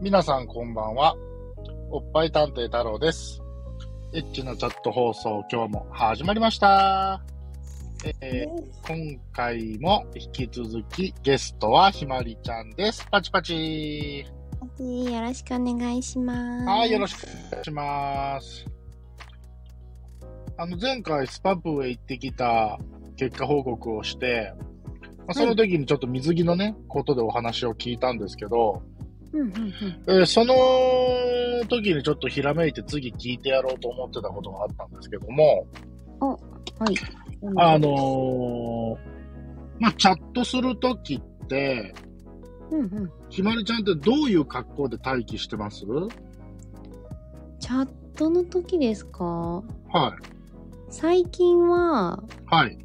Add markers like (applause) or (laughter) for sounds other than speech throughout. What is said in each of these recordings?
皆さんこんばんは。おっぱい探偵太郎です。エッチなチャット放送、今日も始まりました。えー今回も引き続きゲストはひまりちゃんです。パチパチよろしくお願いします。はい、よろししくお願いします。あの、前回スパブへ行ってきた結果報告をして、まあ、その時にちょっと水着のね、ことでお話を聞いたんですけど、く。うんうんうん。えーその時にちょっとひらめいて次聞いてやろうと思ってたことがあったんですけども、はい。あのーまあ、チャットする時って、うんうん。ひまりちゃんってどういう格好で待機してますはチャットの時ですかい。最近は、はい。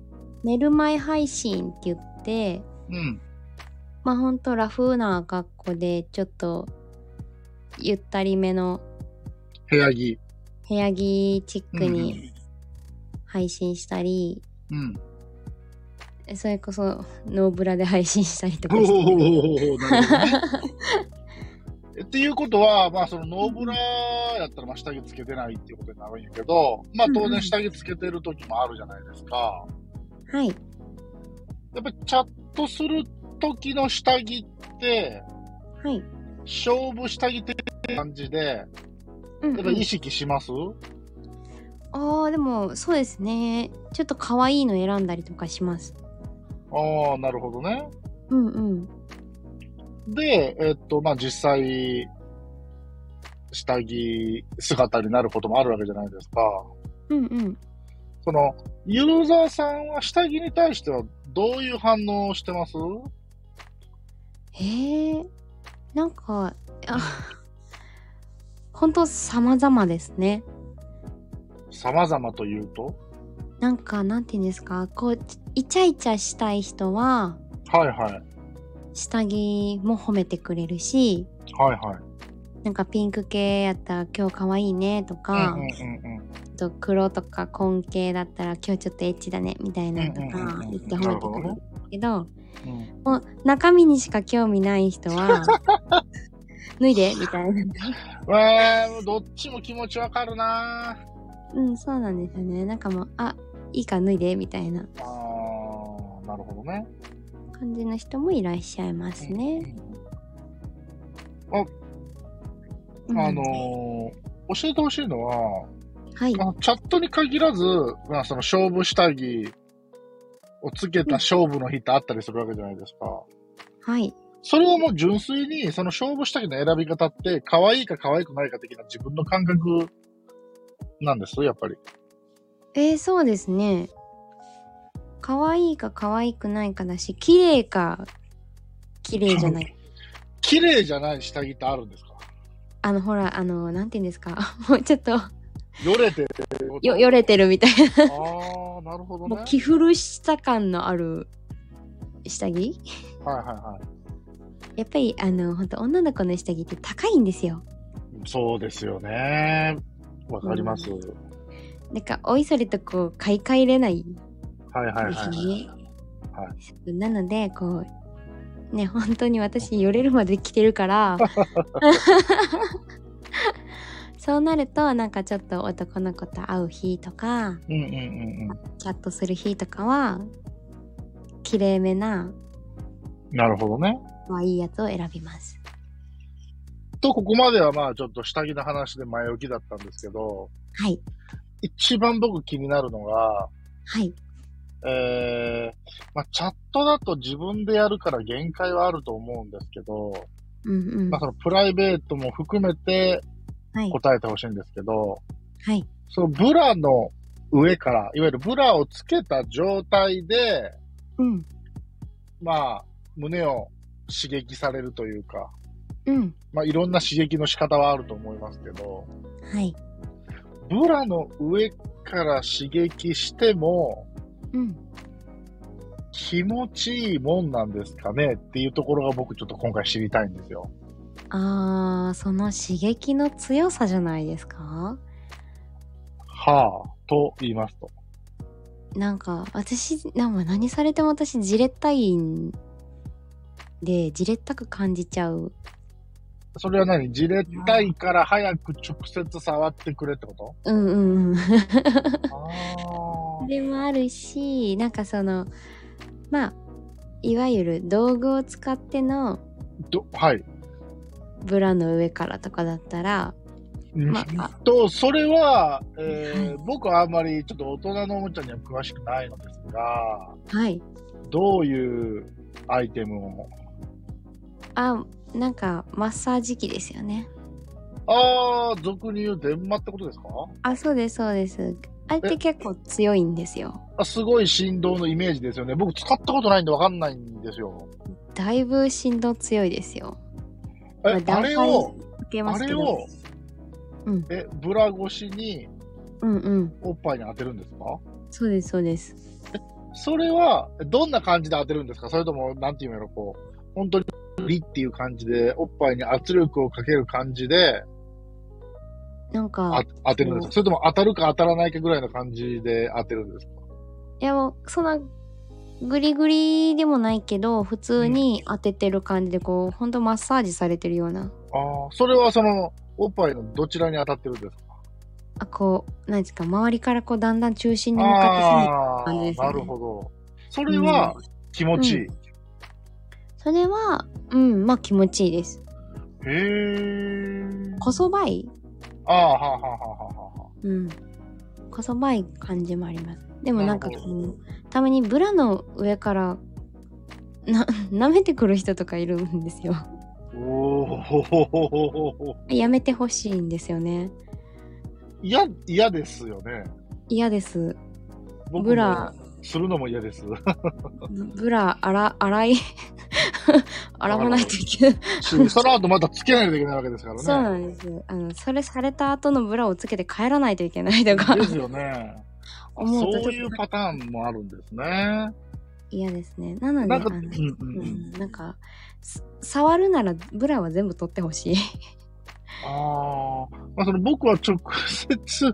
寝る前配信って言って、うん。まあほんとラフな格好で、ちょっと、ゆったりめの部屋着。部屋着チックうんうに配信したり、うん。えそれこそノーブラで配信したりとかほうほうほうして。ほうほうなるほどね。っていうことは、まあ、そのノーブラやったら、まあ、下着つけてないっていうことになるんやけど、まあ、当うんう然ん下着つけてる時もあるじゃないですか。はい。やっぱりチャットする時の下着って、はい。勝負下着って感じで、やうんっうぱん意識します、ああでもそうですねちょっと可愛いの選んだりとかしますああ、なるほどね。うんうんで、えっと、まあ、実際、下着姿になることもあるわけじゃないですか。うんうんその、ユーザーさんは下着に対してはどういう反応をしてますへえなんかあ本当様々ですね様々というとなんかなんて言うんですかこうイチャイチャしたい人ははいはい。下着も褒めてくれるしはいはい。なんかピンク系やったら今日可愛いねとか、うんうんうんうん。あと黒とか紺系だったら今日ちょっとエッチだねみたいなのとうんうんうんかうん言って褒めてくれるんですけどうんもう中身にしか興味ない人 (laughs) は、脱いでみたいな。えー、どっちも気持ちわかるなうん、そうなんですよね。なんかもう、あ、いいから脱いでみたいなあー、なるほどね。感じの人もいらっしゃいますね。うん。あのーうん教えてほしいのは、はいあ。のチャットに限らず、まあ、その勝負下着をつけた勝負の日ってあったりするわけじゃないですか。はい。それをもう純粋に、その勝負下着の選び方って、可愛いか可愛くないか的な自分の感覚なんです、やっぱり。えー、そうですね。可愛いか可愛くないかだし、綺麗か綺麗じ (laughs) ゃない。綺麗じゃない下着ってあるんですかあの、ほら、あの、なんて言うんですか。 (laughs) もうちょっと、よれてる。よ、よれてるみたいあな。ー、なるほどね。もはうい着古した感のある下着はいはやっぱり、あの、本当女の子の下着って高いんですよ。い。そうですよね。わかります。なんか、おいそれとこう、買い替えれないんはいはいはいですよね。はなので、こう、ね、本当に私、よれるまで着て (laughs) るから、そうなると、なんかちょっと男の子と会う日とか、い。うんうんうんうチャットする日とかは、きれいめな、ん。なるほどね。可愛いやつを選びます。と、ここまではまあちょっと下着の話で前置きだったんですけど、はい。一番僕気になるのが、はい。えー、まあチャットだと自分でやるから限界はあると思うんですけど、うんうん。まあはそのプライベートも含めてい。答えてほしいんですけど、はい。そのブラの上から、いわゆるブラをつけた状態で、うん。まあ胸を刺激されるというか、うん。まあいろんな刺激の仕方はあると思いますけど、はい。ブラの上から刺激してもうん。気持ちいいもんなんですかねっていうところが僕ちょっと今回知りたいんですよ。あー、その刺激の強さじゃないですかはあ、と言いますと。なんか、私、なんか何されても私、じれったいんで、じれったく感じちゃうそれは何じれったいから早く直接触ってくれってこうんうんうん。とあそれもあるし、なんかその、まあ、いわゆる道具を使ってのあ。ど、はい。ブラの上からとかだったら、まあ、あと、それは、えー僕はあんまりちょっと大人のおもちゃには詳しくないのですが、はい。どういうアイテムを。あ、なんかマッサージ機ですよね。ああ、俗に言う電マってことですかあ、そうです、そうです。あれって結構強いんですよ。あすごい振動のイメージですよね。僕使ったことないんでわかんないんですよ。だいぶ振動強いですよ。まえ、段あ階れを、受けまあすけれど。を、うんえ、ブラ越しにうんうん。おっぱいに当てるんですかそうです、そうです。それは、どんな感じで当てるんですかそれとも、なんていうのやろ、こう、本当に、リっていう感じで、おっぱいに圧力をかける感じで、なんかあ、当てるんですかそれとも当たるか当たらないかぐらいの感じで当てるんですかいやもう、そんな、グリグリでもないけど、普通に当ててる感じで、こう、ほんとマッサージされてるような。ああ、それはその、おっぱいのどちらに当たってるんですかあ、こう、なんですか、周りからこう、だんだん中心に向かってああ感じでー、すねなるほど。そそれは、気持ちいい。それは、うん、まあ気持ちいいです。へえ。こそばいああ、はあはあはあはあはうん。こそばい感じもあります。でもなんかなるこほの、たまにブラの上から、な、舐めてくる人とかいるんですよ。あ。おお。やめてほしいんですよね。嫌、嫌ですよね。嫌です。僕ブもラ、するのも嫌です。 (laughs) ブラ、洗、洗い、 (laughs) 洗わないといけない。しその後またつけないといけないわけですからね。 (laughs) そうなんです。あの、それされた後のブラをつけて帰らないといけないと (laughs) かで、すよね。あ思うとちょっとそういうパターンもあるんですね。嫌ですね。なので、なんか、うあんうのんううん。ん、なんか、す触るならブラは全部取ってほしい。ああ。まあ、その僕は直接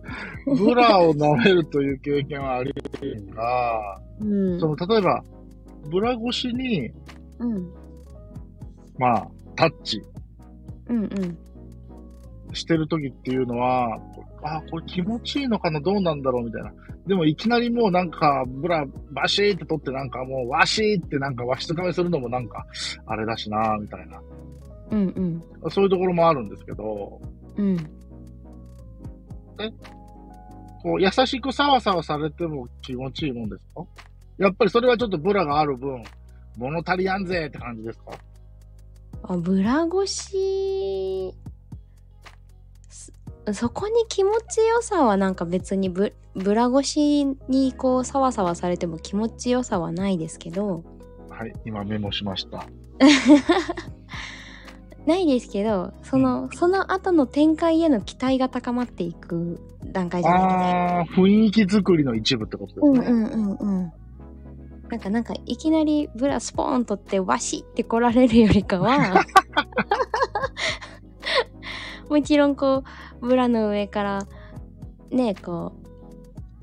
ブラを舐めるという経験はありませんが、うんそ。の例えば、ブラ越しに、うん。まあ、タッチうんうん。してる時っていうのは、こうあーこれ気持ちいいのかなどうなんだろうみたいな。でもいきなりもうなんか、ブラバシーって取ってなんかもうワシーってなんかわしつかみするのもなんか、あれだしなみたいな。うんうん。そういうところもあるんですけど、こうん。う優しくサワサワされても気持ちいいもんですかやっぱりそれはちょっとブラがある分、物足りやんぜって感じですかあ、ブラ越し、すそこに気持ちよさはなんか別にブブラ越しにこうサワサワされても気持ちよさはないですけど、はい、今メモしました。ないですけど、その、その後の展開への期待が高まっていく段階じゃないですか。あー、雰囲気作りの一部ってことですうんね。うんうんうん。なんかなんかいきなりブラスポーンとってわしって来られるよりかは (laughs) もちろんこうブラの上からねこ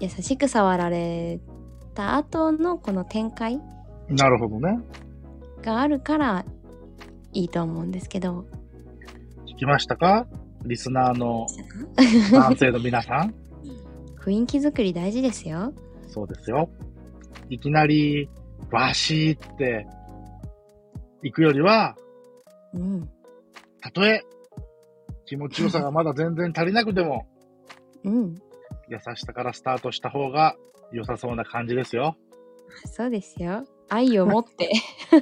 う優しく触られた後のこの展開なるほどね。があるからいいと思うんですけど聞きましたかリスナーの男性の皆さ (laughs) ん。雰囲気作り大事ですよ。そうですよ。いきなり、わしーって、行くよりは、うんたとえ、気持ちよさ (laughs) がまだ全然足りなくても、うん優しさからスタートした方が良さそうな感じですよ。そうですよ愛を持って (laughs)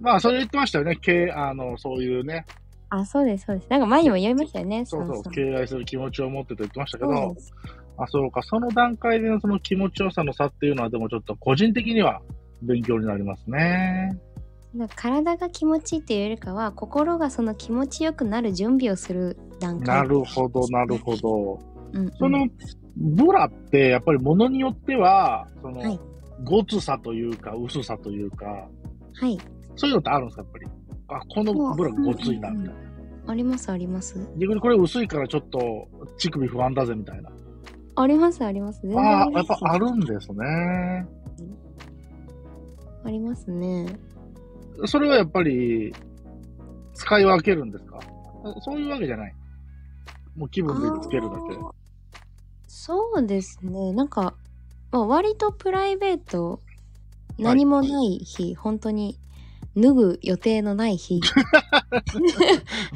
まあ、それ言ってましたよね。敬あの、そういうね、あそうですそうですなんか前にも言いましたよねそうそう、敬愛する気持ちを持ってと言ってましたけそうどで、すあ、そうか、その段階でのその気持ちよさの差っていうのは、でもちょっと個人的には勉強になりますね。なんか体が気持ちいいっていうよりかは心がその気持ちよくなる準備をする段階なるほど、なるほど。うんうんそのブラってやっぱりものによっては、その、はいごつさというか、薄さというか、はいそういうのってあるんですか、やっぱり。あ、このブラごついな、みたいな。ありますあります逆にこれ薄いからちょっと乳首不安だぜ、みたいな。ありますあります全然あああ、やりまっすぱあるんですね。ありますねそれはやっぱり、使い分けるんですかそそういうわけじゃない。もう気分で見つけるだけあ。ーそうですねなんか、まあ、割とプライベートい何もない日、本当に脱ぐ予定のな (laughs) い日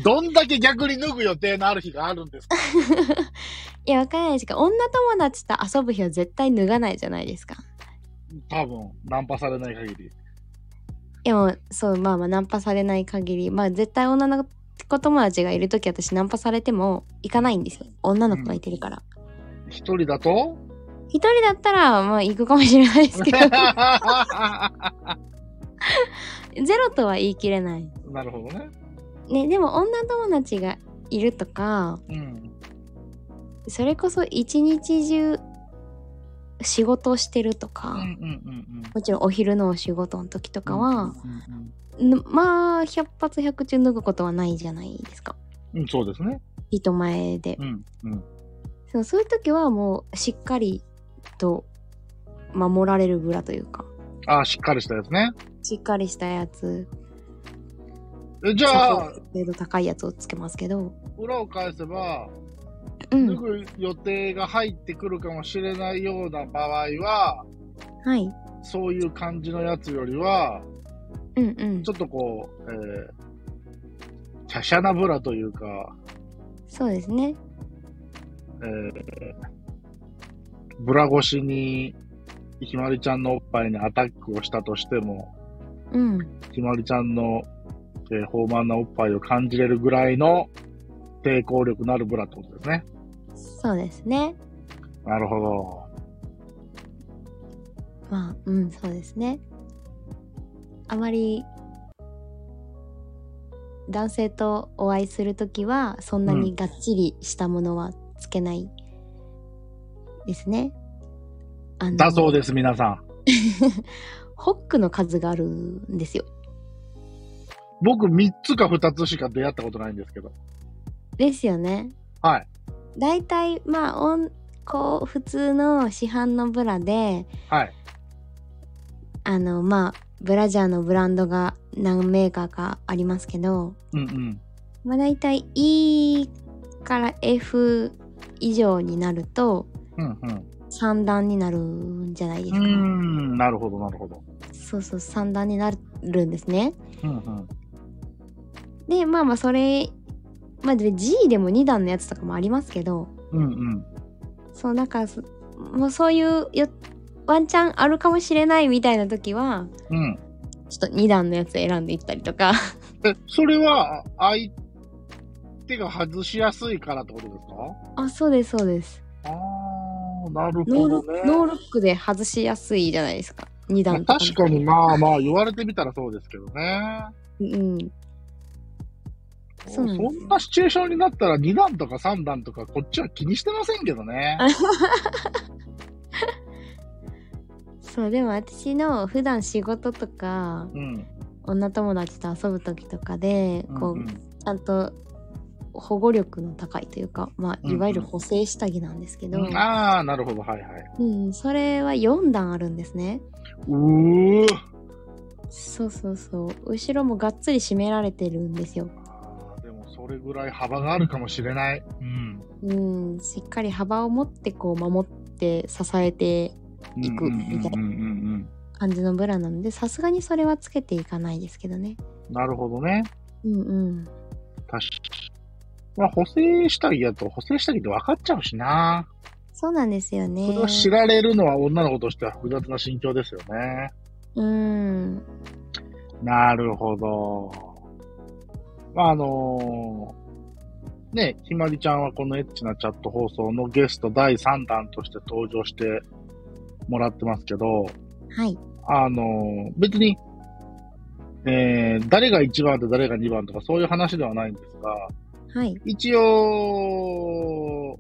どんだけ逆に脱ぐ予定のある日があるんですかいやわからないですけど女友達と遊ぶ日は絶対脱がないじゃないですか多分、ナンパされない限り。でもそうまあまあナンパされない限りまあ絶対女の子友達がいる時私ナンパされても行かないんですよ女の子がいてるから一人だと一人だったらまあ行くかもしれないです (laughs) けどゼロとは言い切れないなるほどね。ねでも女友達がいるとかうん。それこそ一日中仕事をしてるとか、うんうんうんもちろんお昼のお仕事の時とうかん。うは、んぬまあ百発百中脱ぐことはないじゃないですかうん、うん、そうですね。人前でうんうん。そうそういう時はもうしっかりと守られるブラというかああ、しっかりしたやつね。しっかりしたやつえじゃあ、精度高いやつをつけますけど裏を返せば、う脱んぐ予定が入ってくるかもしれないような場合は、はいそういう感じのやつよりは、うんうんちょっとこう、えー、華奢なブラというか、そうですねえー、ブラ越しに、ひまりちゃんのおっぱいにアタックをしたとしても、うんひまりちゃんの、えー、豊満なおっぱいを感じれるぐらいの抵抗力のあるブラってことですね。そうですねなるほど。まあうんそうですねあまり男性とお会いする時はそんなにがっちりしたものはつけないですね、あのだそうです、皆さん。 (laughs) ホックの数があるんですよ。僕3つか2つしか出会ったことないんですけど。ですよね。はい。だいたいまあおんこう普通の市販のブラではい。あのまあブラジャーのブランドが何メーカーかありますけど、うんうん。まあ、だいたい E から F 以上になるとうん3段になるんじゃないでうすか。ん。うーん、なるほど、なるほど。そうそう3段になるんですね。うんうん。でまあまあそれまあで G でも2段のやつとかもありますけど。うんうん。そうなんかそもうそういうよワンチャンあるかもしれないみたいな時はうん。ちょっと2段のやつ選んでいったりとか (laughs) え、それは、相手が外しやすいからってことですあそうですそうですかあー、なるノーほルどね。ノールックで外しやすいじゃないですか2まあ段とか確かにまあまあ言われてみたらそうですけどね。うんそそうなんですんなシチュエーションになったら2段とか3段とかこっちは気にしてませんけどね。そうでも私の普段仕事とかうん。女友達と遊ぶ時とかでこう、うんうんちゃんと保護力の高いというか、うまあ、んうんいわゆる補正下着なんですけど、うんああ、なるほど、はいはい。それは4段あるんですね。うーそうそうそう後ろもがっつり締められてるんですよあーでもそれぐらい幅があるかもしれない。うん。うんしっかり幅を持ってこう守って支えて行くみたいうんうんうん感じのブラなのでさすがにそれはつけていかないですけどねうん。なるほどね。うんうん確かまあ、補正下着やと補正下着って分かっちゃうしな。そうなんですよねそれを知られるのは女の子としては複雑な心境ですよね。うんなるほど。まあ、あのーね、ひまりちゃんはこのエッチなチャット放送のゲスト第3弾として登場してもらってますけど、はいあの、別に、えー、誰が1番と誰が2番とかそういう話ではないんですが、はい一応、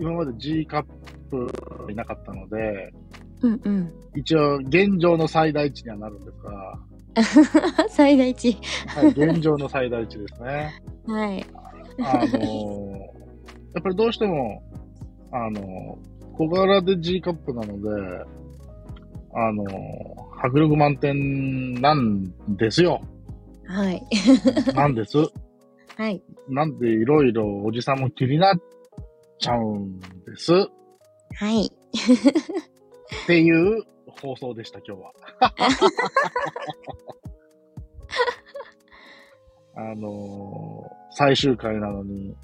今まで G カップいなかったので、うんうん一応現状の最大値にはなるんですが、 (laughs) 最大値はい、現状の最大値ですね。はいあの、やっぱりどうしても、あの、小柄で G カップなので、あの、迫力満点なんですよ。はい。なんです。はい。なんでいろいろおじさんも気になっちゃうんです。っはい。ていう放送でした、今日 (laughs) は。あのー最終回なのに、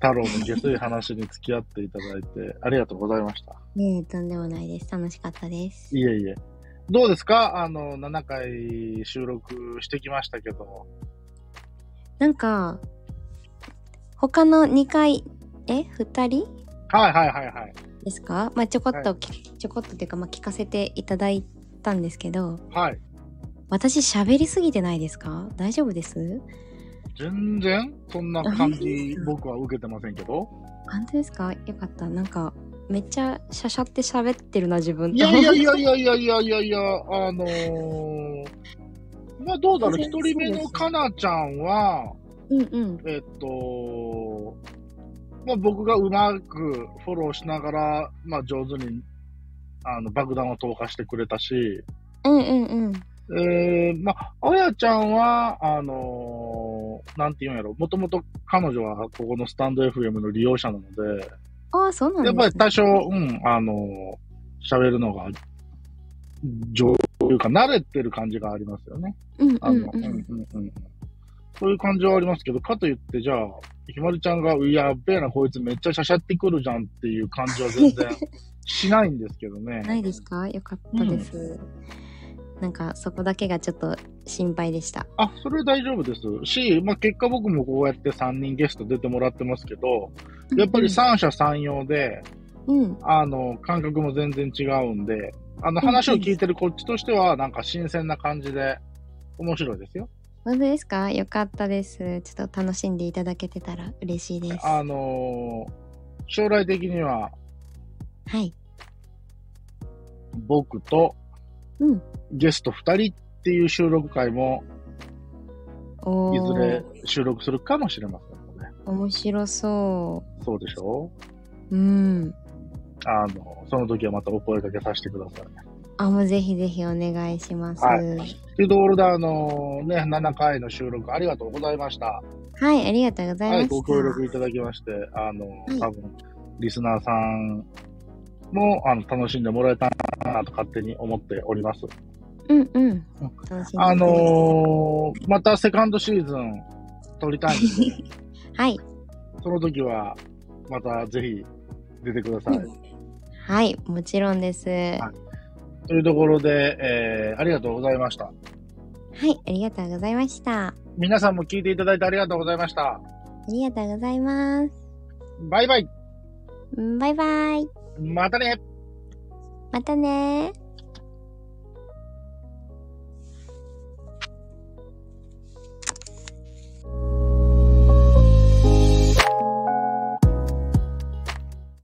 太郎の下水話に付き合っていただいて、ありがとうございました。ねえ、とんでもないです。楽しかったです。いえいえ。どうですかあの、7回収録してきましたけど。なんか、他の2回、え ?2 人はいはいはいはい。ですかまあ、ちょこっと、ちょこっとっていうか、まあ、聞かせていただいたんですけど、はい。私喋りすぎてないですか大丈夫です全然、そんな感じあそう、僕は受けてませんけど。本当ですかよかった。なんか、めっちゃしゃしゃって喋ってるな、自分と。いやいやいやいやいやいやいやいや、あのー、まあどうだろう、一全然人目のかなちゃんは、うんうん。えっと、まあ僕がうまくフォローしながら、まあ上手に、あの、爆弾を投下してくれたし、うんうんうん。えー、まあ、あやちゃんは、あのーなんて言うんやろ、もともと彼女はここのスタンド FM の利用者なので、ああ、そうなんやでっすぱり多ね少、うん、あのー喋るのが、上というか、慣れてる感じがありますよね。うんあうの、んううん。んうんうんそういう感じはありますけど、かといって、じゃあ、ひまるちゃんが、いややっべえな、こいつめっちゃしゃしゃってくるじゃんっていう感じは全 (laughs) 然しないんですけどね。ないですかよかったです、なんかそこだけがちょっと心配でしたあ、それ大丈夫ですし、まあ、結果僕もこうやって3人ゲスト出てもらってますけど、やっぱり三者三様で、うんあの、感覚も全然違うんで、あのうん話を聞いてるこっちとしては、なんか新鮮な感じで、面白いですよ。本当ですかよかったですちょっと楽しんでいただけてたら嬉しいですあはのー将来的にはい僕とうんゲスト2人っていう収録会も、おいずれー収録するかもしれませんので、面白そそうでしょうううんあの、その時はまたお声掛けさせてください。あもうぜひぜひお願いしますははいい、というところで、あのね、7回の収録ありがとうございました。ありがとうございまはしい、た、ご協力いただきまして、あの、い多分、リスナーさんも、あの、楽しんでもらえたなと勝手に思っております。うんうん楽しんでいただけてあのーまたセカンドシーズン撮りたいんで、はいその時は、またぜひ出てください。はいもちろんですははというところで、えー、ありがとうございました。いありがとうございましたあ皆さんも聞いていただいてありがとうございました。りがとうございますバイバイ。バイバイまたね。またねー